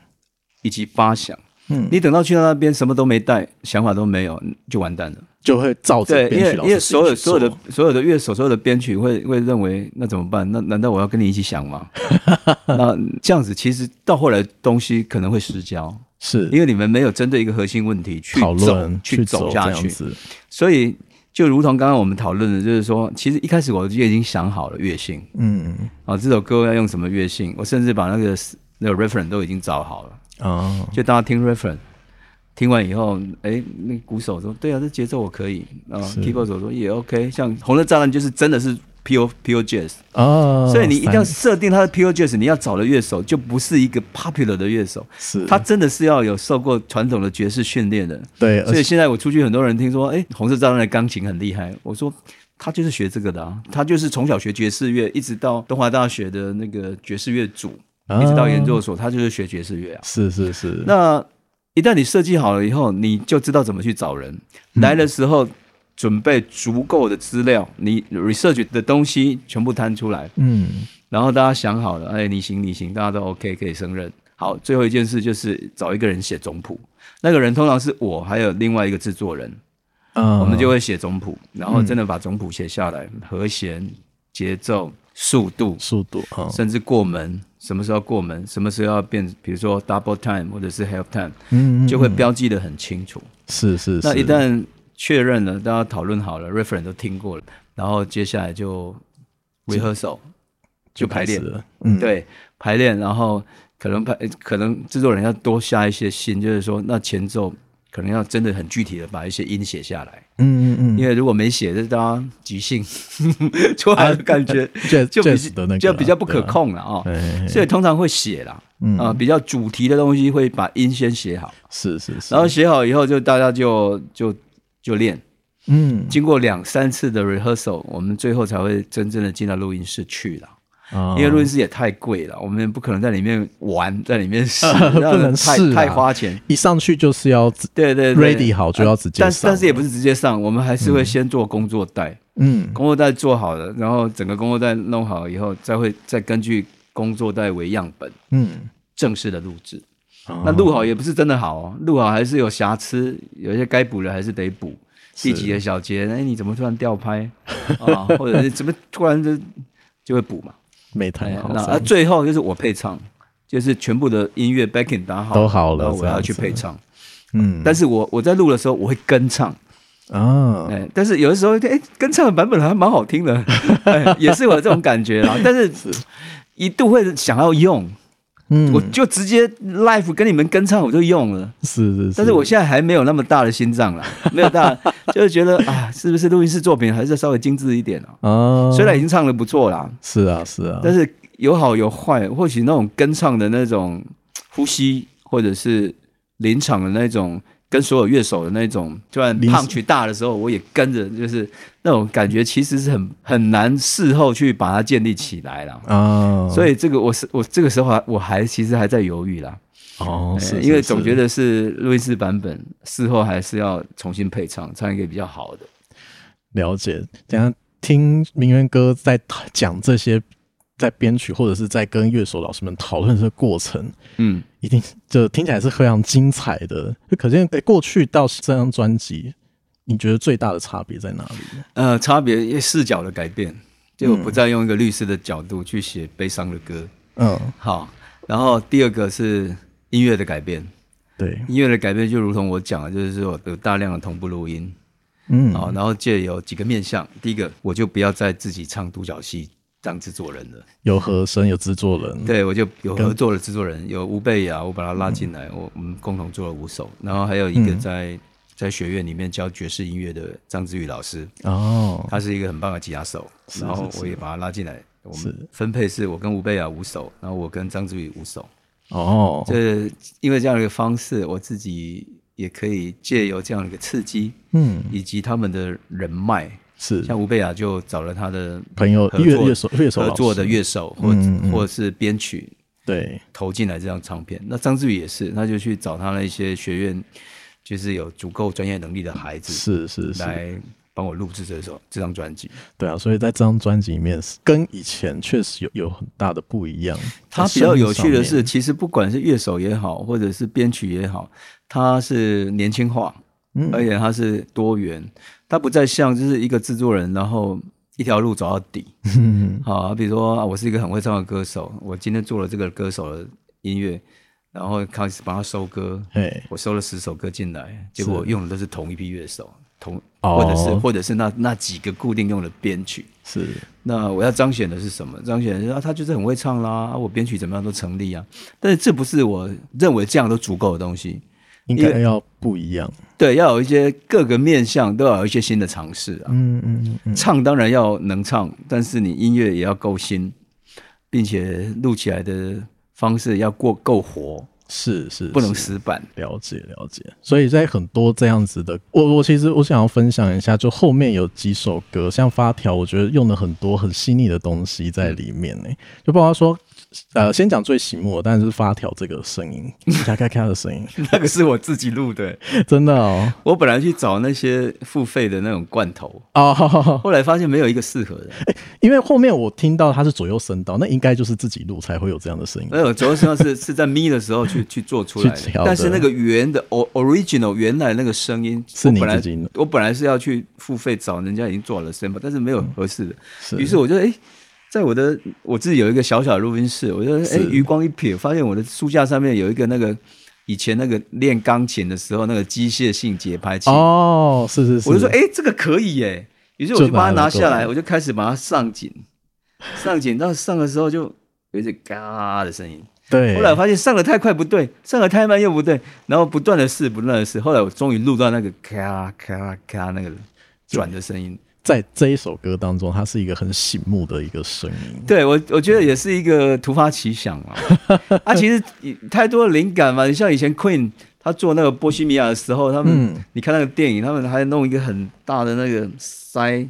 D: 以及发想。
A: 嗯，
D: 你等到去到那边什么都没带，想法都没有，就完蛋了。
A: 就会照着
D: 对，因
A: 编
D: 为
A: 曲老
D: 因为
A: 师自
D: 所
A: 己
D: 有
A: 去
D: 所有的
A: 做
D: 所有的乐手、所有的编曲会会认为那怎么办？那难道我要跟你一起 想吗？那这样子其实到后来东西可能会失焦，因
A: 是
D: 为你们没有针对一个核心问题去
A: 讨
D: 走
A: 论
D: 去
A: 走
D: 走下
A: 这样
D: 去，
A: 子，
D: 所以就如同刚刚我们讨论的，就是说，其实一开始我就已经想好了乐性
A: 嗯
D: 啊，这首歌要用什么乐性，我甚至把那个那个 reference 都已经找好了，
A: 哦，
D: 就大家听 reference。听完以后，哎，那鼓手说：“对啊，这节奏我可以。啊
A: 是
D: ，keyboard 手说也 OK。像《红色炸弹》就是真的是 pure pure jazz，、
A: 哦，
D: 所以你一定
A: 三
D: 要设定他的 pure jazz，你要找的乐手就不是一个 popular 的乐手，
A: 是
D: 他真的是要有受过传统的爵士训练的。
A: 对，而
D: 所以
A: 且
D: 现在我出去，很多人听说，哎、红色炸弹的钢琴很厉害。我说他就是学这个的啊，他就是从小学爵士乐，一直到东华大学的那个爵士乐组，一直到研究所，他就是学爵士乐啊。
A: 啊是是是，
D: 那一旦你设计好了以后，你就知道怎么去找人。
A: 嗯
D: 来的时候准备足够的资料，你 research 的东西全部摊出来，
A: 嗯
D: 然后大家想好了，哎，你行你行，大家都 OK 可以胜任。好，最后一件事就是找一个人写总谱，那个人通常是我，还有另外一个制作人，
A: 啊，
D: 我们就会写总谱，然
A: 嗯
D: 后真的把总谱写下来，和弦、节奏、速度，
A: 速度啊，
D: 甚至过门，什么时候过门，什么时候要变，比如说 double time 或者是 half time，
A: 嗯嗯
D: 就会
A: 嗯
D: 标记的很清楚。
A: 是是，
D: 那
A: 是
D: 一旦确认了，大家讨论好了，reference 都听过了，然后接下来就 rehearsal 就排
A: 开始
D: 练，
A: 了，嗯，
D: 对，排练，然后可能排，可能制作人要多下一些心，就是说那前奏可能要真的很具体的把一些音写下来，
A: 嗯嗯嗯，啊
D: 因为如果没写，这大家即 兴出来的感觉
A: jazz
D: 就比
A: jazz 呃的那个
D: 就比较不
A: 对
D: 可
A: 啊
D: 控了啊、哦，
A: 哎，
D: 所以通常会写啦，
A: 嗯
D: 啊，比较主题的东西会把音先写好，
A: 是是是，
D: 然后写好以后就大家就就就练。
A: 嗯
D: 经过两三次的 rehearsal，我们最后才会真正的进到录音室去了。
A: 啊
D: 因为录音室也太贵了，我们不可能在里面玩，在里面试，
A: 不
D: 让人
A: 能
D: 太
A: 试啊
D: 太花钱。
A: 一上去就是要自
D: 对对对啊
A: ready 好就要直接上
D: 但
A: 了，
D: 是但是也不是直接上，我们还是会先做工作带，
A: 嗯
D: 工作带做好了，然后整个工作带弄好以后，再会再根据工作带为样本
A: 嗯，
D: 正式的录制。
A: 那
D: 那录好也不是真的好哦，录好还是有瑕疵，有一些该补的还是得补。
A: 是
D: 第几个小节，哎，你怎么突然 掉拍啊？或者是怎么突然就就会补嘛？
A: 没
D: 哎
A: 弹好，
D: 那啊，最后就是我配唱，就是全部的音乐 backing 打好
A: 都好了
D: 然后我
A: 这样
D: 要
A: 子
D: 去配唱。
A: 嗯，
D: 但是我我在录的时候我会跟唱，
A: 啊，
D: 哎，但是有的时候哎跟唱的版本还蛮好 听的，哎也是有这种感觉啦。但是一度会想要用，
A: 嗯，
D: 我就直接 live 跟你们跟唱我就用了。
A: 是是是，
D: 但是我现在还没有那么大的心 脏了，没有大，就是觉得啊，是不是录音室作品还是稍微精致一点啊？
A: 啊，
D: 虽然已经唱的不错啦，
A: 是啊是啊，
D: 但是有好有坏，或许那种跟唱的那种呼吸，或者是临场的那种跟所有乐手的那种，突然
A: 临时
D: 胖曲大的时候，我也跟着，就是那种感觉，其实是很很难事后去把它建立起来啦。
A: 啊，
D: 所
A: 以
D: 以这个我是我这个时候还我还其实还在犹豫啦。
A: 哦，
D: 哎
A: 是
D: 因为总觉
A: 得
D: 得是录音室版本，事后还是要重新配唱，唱一个比较好的。
A: 了解。等一下听明渊哥在讲这些，在编曲或者是在跟乐手老师们讨论这个过程，
D: 嗯，
A: 一定就听起来是非常精彩的。就可见，哎、过去到这张专辑，你觉得最大的差别在哪 里？
D: 呃，差别视角的改变，就我不再用一个律师的角度去写悲伤的歌。
A: 嗯，
D: 好，然后第二个是音乐的改变，
A: 对，
D: 音乐的改变就如同我讲的，就是说有大量的同步录音，
A: 嗯，
D: 好，然后借由几个面向，第一个我就不要再自己唱独角戏当制作人了。
A: 有和声，有制作人，，
D: 对，我就有
A: 跟
D: 合作的制作人，有吴贝雅，我把他拉进来，我我们共同做了五首，然后还有一个在、在学院里面教爵士音乐的张志宇老师，
A: 哦，
D: 他是一个很棒的吉他手，
A: 是
D: 然后
A: 是
D: 我也把他拉进来。我
A: 是
D: 们分配是我跟吴贝雅五首，然后我跟张志宇五首。
A: 哦，
D: 这因为这样的一个方式，我自己也可以借由这样的一个刺激，
A: 嗯，
D: 以及他们的人脉，
A: 是
D: 像吴贝雅就找了他的
A: 朋友
D: 合
A: 乐
D: 作
A: 乐手乐手
D: 合
A: 老
D: 作
A: 师
D: 的乐手，或
A: 嗯嗯
D: 或者是编曲
A: 对，
D: 投进来这张唱片。那张志宇也是，他就去找他那些学院，就是有足够专业能力的孩子
A: 是是是，
D: 来帮我录制这首这张专辑。
A: 对啊，所以在这张专辑里面，跟以前确实有有很大的不一样。
D: 他
A: 在
D: 比
A: 声
D: 较
A: 音
D: 有趣的
A: 上
D: 是，
A: 面，
D: 其实不管是乐手也好，或者是编曲也好，他是年轻化，
A: 嗯
D: 而且他是多元，他不再像就是一个制作人，然后一条路走到底。
A: 嗯
D: 好，比如说啊，我是一个很会唱的歌手，我今天做了这个歌手的音乐，然后开始帮他收歌，
A: 嘿，
D: 我收了十首歌进来，结果
A: 是
D: 用的都是同一批乐手，同
A: 哦
D: 或者是、或者是那那几个固定用的编曲。
A: 是
D: 那我要彰显的是什么？彰显的是啊，他就是很会唱啦，啊我编曲怎么样都成立啊。但是这不是我认为这样都足够的东西，
A: 应
D: 因
A: 该
D: 为
A: 要不一样。
D: 对，要有一些各个面向都要有一些新的尝试啊。
A: 嗯嗯嗯，
D: 唱当然要能唱，但是你音乐也要够新，并且录起来的方式要过够活，
A: 是是，
D: 不能
A: 是
D: 死板。
A: 了解了解，所以在很多这样子的，我我其实我想要分享一下，就后面有几首歌，像发条，我觉得用了很多很细腻的东西在里面呢、就包括说，呃，先讲最醒目的，但是发条这个声音， 咔咔咔的声音，
D: 那个是我自己录的，
A: 真的哦
D: 我本来去找那些付费的那种罐头，
A: 哦，
D: 后来发现没有一个适合的。
A: 因为后面我听到它是左右声道，那应该就是自己录才会有这样的声音
D: 没，有，主要是它是是在咪的时候去去做出来
A: 去
D: 的
A: 调，的
D: 但是那个原的 o- original 原来那个声音
A: 是你
D: 我本来
A: 自己弄
D: 我本来是要去付费找人家已经做好了声音，但是没有合适的，
A: 嗯是
D: 于是我就哎、诶在我的我自己有一个小小的录音室，我就哎、
A: 是
D: 诶余光一瞥，发现我的书架上面有一个那个以前那个练钢琴的时候那个机械性节拍器，
A: 哦，是是是，
D: 我就说哎、诶这个可以耶，于是我
A: 就
D: 就把它
A: 拿了
D: 拿下
A: 过来
D: 来，我就开始把它上紧，上紧到上的时候就有一些嘎的声音。
A: 对，
D: 后来我发现上的太快不对，上的太慢又不对，然后不断的试，不断的试。后来我终于录到那个咔咔咔那个转的声音。
A: 在这一首歌当中，它是一个很醒目的一个声 音，
D: 对我，我觉得也是一个突发奇想 啊。啊，其实也太多的灵感嘛。你像以前 Queen 他做那个波西米亚的时候，他们、
A: 嗯
D: 你看那个电影，他们还弄一个很大的那个塞，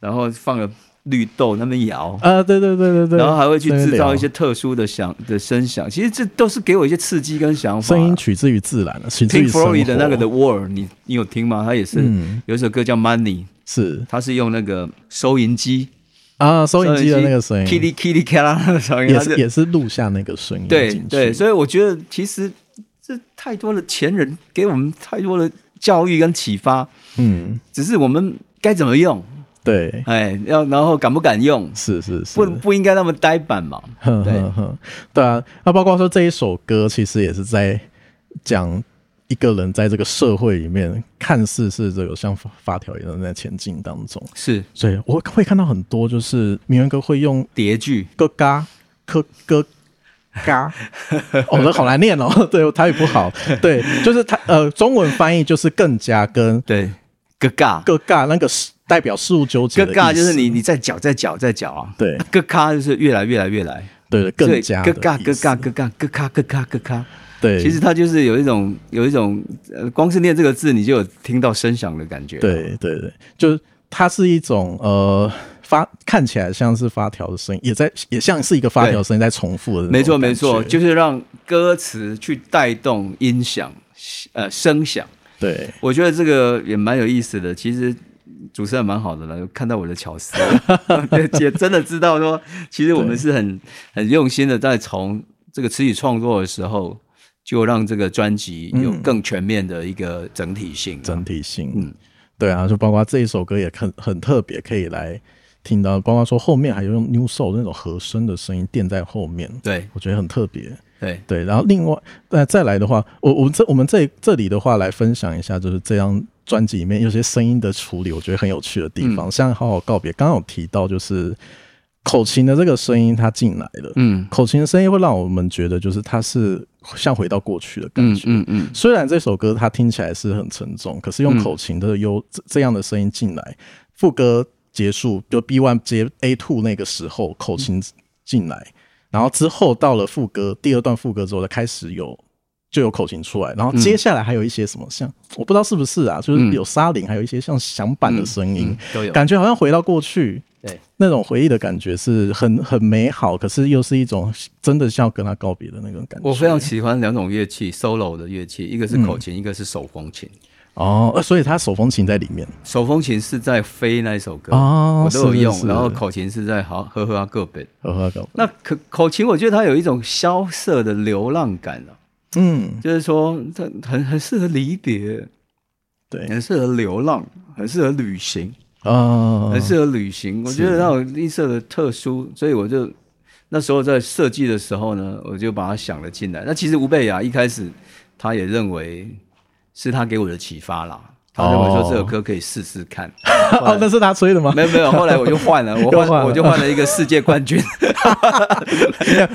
D: 然后放了绿豆那边摇。
A: 啊，对对对对对，
D: 然后还会去
A: 那边
D: 制造
A: 聊
D: 一些特殊的响的声响，其实这都是给我一些刺激跟想法啊。
A: 声音取自于自然了，取自于
D: Pink
A: 生活啊
D: Floyd 的那个的 War，你你有听吗？他也是、
A: 嗯
D: 有一首歌叫 Money，
A: 是
D: 他是用那个收银机，
A: 啊，收音机的那个声音
D: kitty kitty 咔啦那个声音，
A: 也
D: 它
A: 是也是录下那个声音
D: 对
A: 进去，
D: 对，所以我觉得其实这太多的前人给我们太多的教育跟启发，
A: 嗯，
D: 只是我们该怎么用，
A: 对，
D: 哎，要然后敢不敢用，
A: 是是是，
D: 不不应该那么呆板嘛，
A: 哼
D: 对
A: 哼哼， 对啊，那包括说这一首歌，其实也是在讲一个人在这个社会里面，看似是这个像发发条一样在前进当中，
D: 是
A: 所以我会看到很多就是民谣歌会用
D: 叠句，
A: 咯嘎咯咯嘎， 哦，这好难念哦，对，我台语不好，对，就是它呃，中文翻译就是更加跟
D: 对，咯嘎，
A: 咯嘎那个事代表事物纠结
D: 咯
A: 的意思，
D: 嘎就是你你在搅在搅在搅啊，
A: 对
D: 咯嘎就是越来越来越来。
A: 对对
D: 对
A: 更加
D: 咯
A: 的
D: 嘎
A: 意
D: 咯
A: 思
D: 嘎咯嘎咯嘎咯嘎咯嘎。
A: 对，
D: 其实它就是有一种有一种，呃，光是念这个字，你就有听到声响的感觉。，
A: 对对对，就是它是一种呃。发看起来像是发条的声音，也在也像是一个发条的声音在重复的那
D: 没
A: 种
D: 错
A: 感觉，
D: 没错，就是让歌词去带动音响，呃，声响。
A: 对，
D: 我觉得这个也蛮有意思的。其实主持人蛮好的了，有看到我的巧思， 也真的知道说，其实我们是很很用心的，在从这个词语创作的时候，就让这个专辑有
A: 嗯
D: 更全面的一个整体性啊。
A: 整体性。
D: 嗯
A: 对啊，就包括这一首歌也很很特别，可以来听到，包括说后面还有用 New Soul 那种和声的声音垫在后面，
D: 对
A: 我觉得很特别。
D: 对，
A: 对，然后另外那、再来的话，我我们这我们这这里的话来分享一下，就是这张专辑里
D: 嗯
A: 面有些声音的处理，我觉得很有趣的地方，像《好好告别》，刚刚有提到就是。口琴的这个声音它进来了，
D: 嗯
A: 口琴的声音会让我们觉得就是它是像回到过去的感
D: 嗯
A: 觉。
D: 嗯嗯，
A: 虽然这首歌它听起来是很沉重，可是用
D: 嗯
A: 口琴的优、这这样的声音进来，副歌结束就 B one 接 A two 那个时候口
D: 嗯
A: 琴进来，然后之后到了副歌第二段副歌之后，开始有就有口琴出来，然后接下来还有一些什么像、我不知道是不是啊，就是
D: 嗯
A: 有沙林，还有一些像响板的声音，
D: 都有
A: 感觉好像回到过去。
D: 对，
A: 那种回忆的感觉是很很美好，可是又是一种真的是要跟他告别的那种感觉。
D: 我非常喜欢两种乐器，solo 的乐器，一个是
A: 嗯
D: 口琴，一个是手风琴。
A: 哦，呃所以他手风琴在里面。
D: 手风琴是在《飞》那一首歌，
A: 哦
D: 我都有
A: 是是
D: 用，
A: 是
D: 然后口琴是在《好呵呵啊个本》。
A: 呵呵狗，
D: 那口口琴，我觉得它有一种萧瑟的流浪感啊，
A: 嗯，
D: 就是说它很很适合离别，
A: 对，
D: 很适合流浪，很适合旅行，
A: 啊，
D: 很适合旅行。我觉得它有音色的特殊，所以我就那时候在设计的时候呢，我就把它想了进来。那其实吴贝雅一开始他也认为是他给我的启发啦，他认为说这首歌可以试试看。
A: 哦，那是他吹的吗？
D: 没有没有，后来我就换了，我
A: 又换了
D: 换我就换了一个世界冠 军，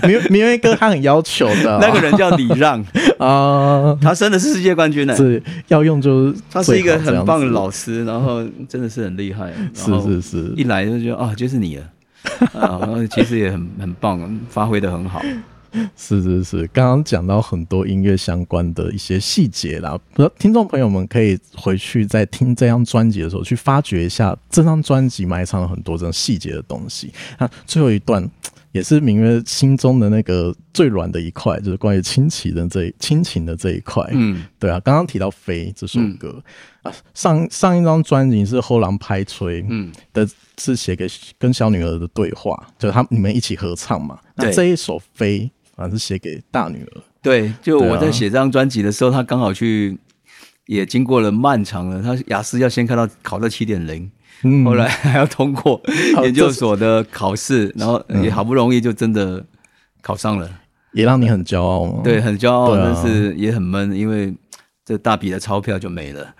A: 明明威哥他很要求的哦，
D: 那个人叫李让，
A: 啊，
D: 他真的是世界冠军呢、
A: 哦是要用就是
D: 他是一个很棒的
A: 最好
D: 老师，然后真的是很厉害，
A: 这样子，是是是
D: 一来就觉得啊，就是你了。啊，然后其实也很很棒，发挥的很好。
A: 是是是，刚刚讲到很多音乐相关的一些细节啦，不知道听众朋友们可以回去在听这张专辑的时候去发掘一下这张专辑埋藏了很多这种细节的东西。那最后一段。也是明月心中的那个最软的一块，就是关于亲情的这一亲情的这一块。
D: 嗯，
A: 对啊，刚刚提到《飞》这首歌、啊，上上一张专辑是后浪拍吹，嗯
D: 嗯，
A: 的是写给跟小女儿的对话，就是他你们一起合唱嘛。那
D: 对
A: 这一首《飞》反正是写给大女儿，
D: 对，就
A: 对啊
D: 我在写这张专辑的时候，他刚好去，也经过了漫长的，他雅思要先看到考到七点零，
A: 嗯
D: 后来还要 通过
A: 哦
D: 研究所的考试，然后
A: 嗯
D: 也好不容易就真的考上了。
A: 也让你很骄傲嘛。
D: 对，，很骄傲，
A: 对啊
D: 但是也很闷，因为这大笔的钞票就没了。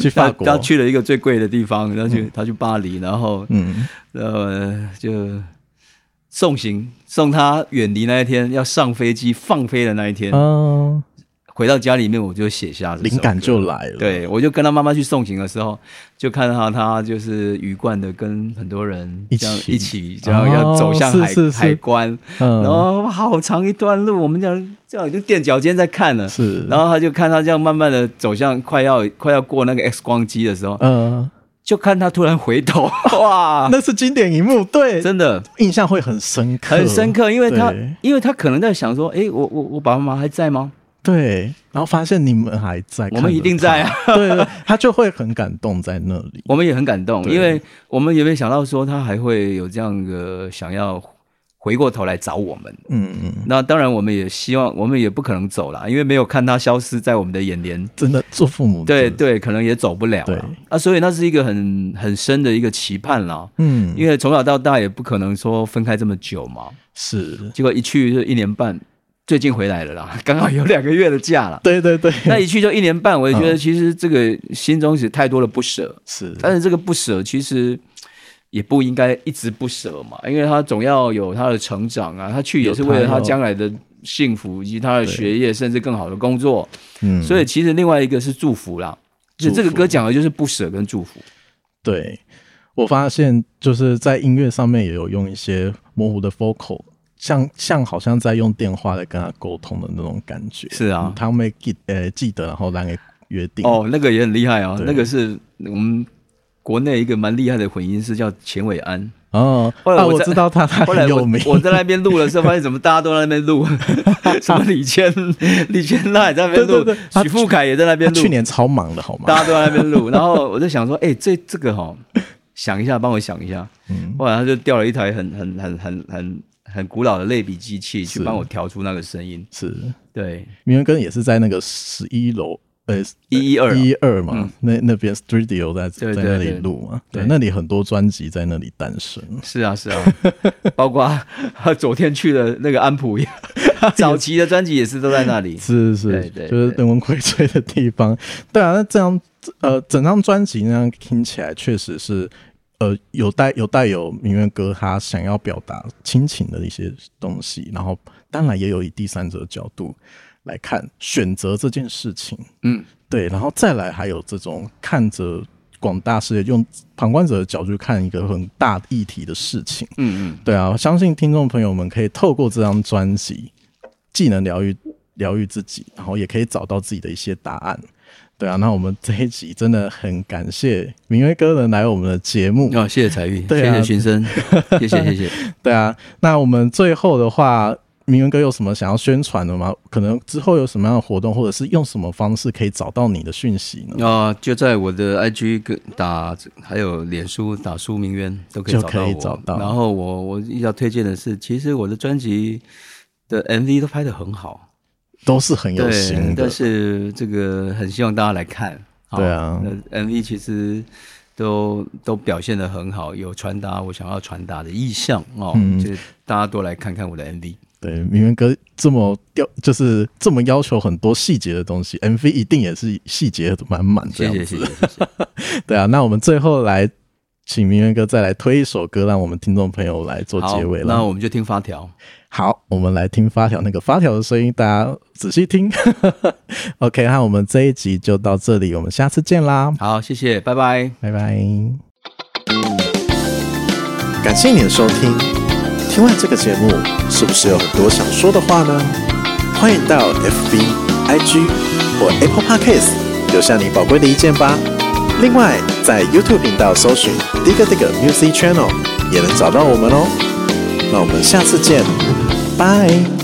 A: 去法国
D: 他，他去了一个最贵的地方，然后去、他去巴黎，然后
A: 嗯，
D: 呃就送行，送他远离那一天，要上飞机放飞的那一天，
A: 嗯，
D: 回到家里面我就写下这首
A: 灵感
D: 歌
A: 就来了。，
D: 对，我就跟他妈妈去送行的时候，就看到他就是鱼贯的跟很多人
A: 一
D: 这样
A: 起
D: 一起，这样要走向
A: 是
D: 海、
A: 是是
D: 海关，
A: 嗯
D: 然后哇好长一段路，我们这样这样就垫脚尖在看了，
A: 是
D: 然后他就看他这样慢慢的走向快要快要过那个 X 光机的时候，
A: 嗯，
D: 就看他突然回头， 哇，
A: 那是经典一幕，对，
D: 真的
A: 印象会很深刻，
D: 很深刻，因为他
A: 对
D: 因为他可能在想说，诶，我我我爸爸妈妈还在吗？
A: 对，然后发现你们还在，
D: 我们一定在啊。
A: 看 着他，对对，他就会很感动在那里。
D: 我们也很感动，
A: 对
D: 因为我们也没想到说他还会有这样的想要回过头来找我们。
A: 嗯嗯，
D: 那当然，我们也希望，我们也不可能走了，因为没有看他消失在我们的眼帘。
A: 真的做父母
D: 对
A: 真的，
D: 对，可能也走不了
A: 对
D: 了啊，所以那是一个很很深的一个期盼啦。
A: 嗯，
D: 因为从小到大也不可能说分开这么久嘛，
A: 是，
D: 结果一去就一年半，最近回来了啦， 刚好有两个月的假了。
A: 对对嗯对，
D: 那一去就一年半，我也觉得其实这个心中是太多的不舍，
A: 是，
D: 但是这个不舍其实也不应该一直不舍嘛，因为他总要有他的成长啊，他去也是为了他将来的幸福以及他的学业，甚至更好的工作。
A: 嗯，
D: 所以其实另外一个是祝福啦，就
A: 祝福
D: 这个歌讲的就是不舍跟祝福。
A: 对我发现就是在音乐上面也有用一些模糊的 vocal。像像好像在用电话在跟他沟通的那种感觉，嗯
D: 是啊
A: 他们记呃记得，然后让给约定，
D: 哦，那个也很厉害啊，
A: 对
D: 那个是我们国内一个蛮厉害的混音师叫钱伟安。
A: 哦，
D: 后来
A: 啊
D: 我
A: 我
D: 在
A: 知道 他他
D: 后来
A: 很有
D: 我
A: 名，
D: 我在那边录的时候，发现怎么大家都在那边录， 什么李千 李千娜也在那边
A: 对对
D: 录
A: 对，他
D: 许富凯也在那边
A: 他
D: 录，
A: 去年超忙的好吗？
D: 大家都在那边录，然后我就想说，哎、这这个哈、想一下，帮我想一下。
A: 嗯
D: 后来他就调了一台很很很很很很古老的类比机器去帮我调出那个声音。
A: 是
D: 对，
A: 明文哥也是在那个十一楼，呃，
D: 112
A: 一二嘛，
D: 嗯
A: 那那边 studio 在
D: 对
A: 在
D: 对
A: 那里
D: 对
A: 录嘛，对，
D: 对
A: 那里很多专辑在那里诞生，
D: 是啊是啊， 包括他昨天去的那个安普， 早期的专辑也是都在那里。
A: 是是
D: 对对
A: 就是
D: 对
A: 邓文荟吹的地方，对啊，那这张呃整张专辑那样听起来确实是。呃，有带有带有民乐歌他想要表达亲情的一些东西，然后当然也有以第三者角度来看选择这件事情，
D: 嗯，
A: 对，然后再来还有这种看着广大视野，用旁观者的角度看一个很大议题的事情，
D: 嗯嗯，
A: 对啊，我相信听众朋友们可以透过这张专辑，既能疗愈疗愈自己，然后也可以找到自己的一些答案。对啊，那我们这一集真的很感谢明威哥能来我们的节目。
D: 哦，谢谢彩玉，
A: 对啊
D: 谢谢寻 生，谢谢谢谢。
A: 对啊，那我们最后的话，明威哥有什么想要宣传的吗？可能之后有什么样的活动，或者是用什么方式可以找到你的讯息呢？
D: 啊、就在我的 IG 跟打，还有脸书打“苏明渊”都可以
A: 就
D: 找到
A: 可以
D: 我
A: 找到
D: 然后我我要推荐的是，其实我的专辑的 MV 都拍得很好，
A: 都是很有心的
D: 对，但，是这个很希望大家来看。好
A: 对啊
D: 那 MV 其实都都表现得很好，有传达我想要传达的意向哦，
A: 嗯
D: 就是大家多来看看我的 MV。
A: 对明威哥这么要，就是这么要求很多细节的东西，MV 一定也是细节满满这
D: 谢
A: 样
D: 谢
A: 子。
D: 谢谢谢 谢。
A: 对啊，那我们最后来请明源哥再来推一首歌，让我们听众朋友来做
D: 好
A: 结尾，
D: 那
A: 了。
D: 我们就听发条。
A: 好，我们来听发条那个发条的声音，大家仔细听。OK，那我们这一集就到这里，我们下次见啦，
D: 好，谢谢，拜拜。
A: 拜拜。感谢你的收听，听完这个节目，是不是有很多想说的话呢？欢迎到 FB、IG 或 Apple Podcast 留下你宝贵的意见吧。另外，在 YouTube 频道搜寻 “Dig Dig Music Channel” 也能找到我们哦。那我们下次见，拜。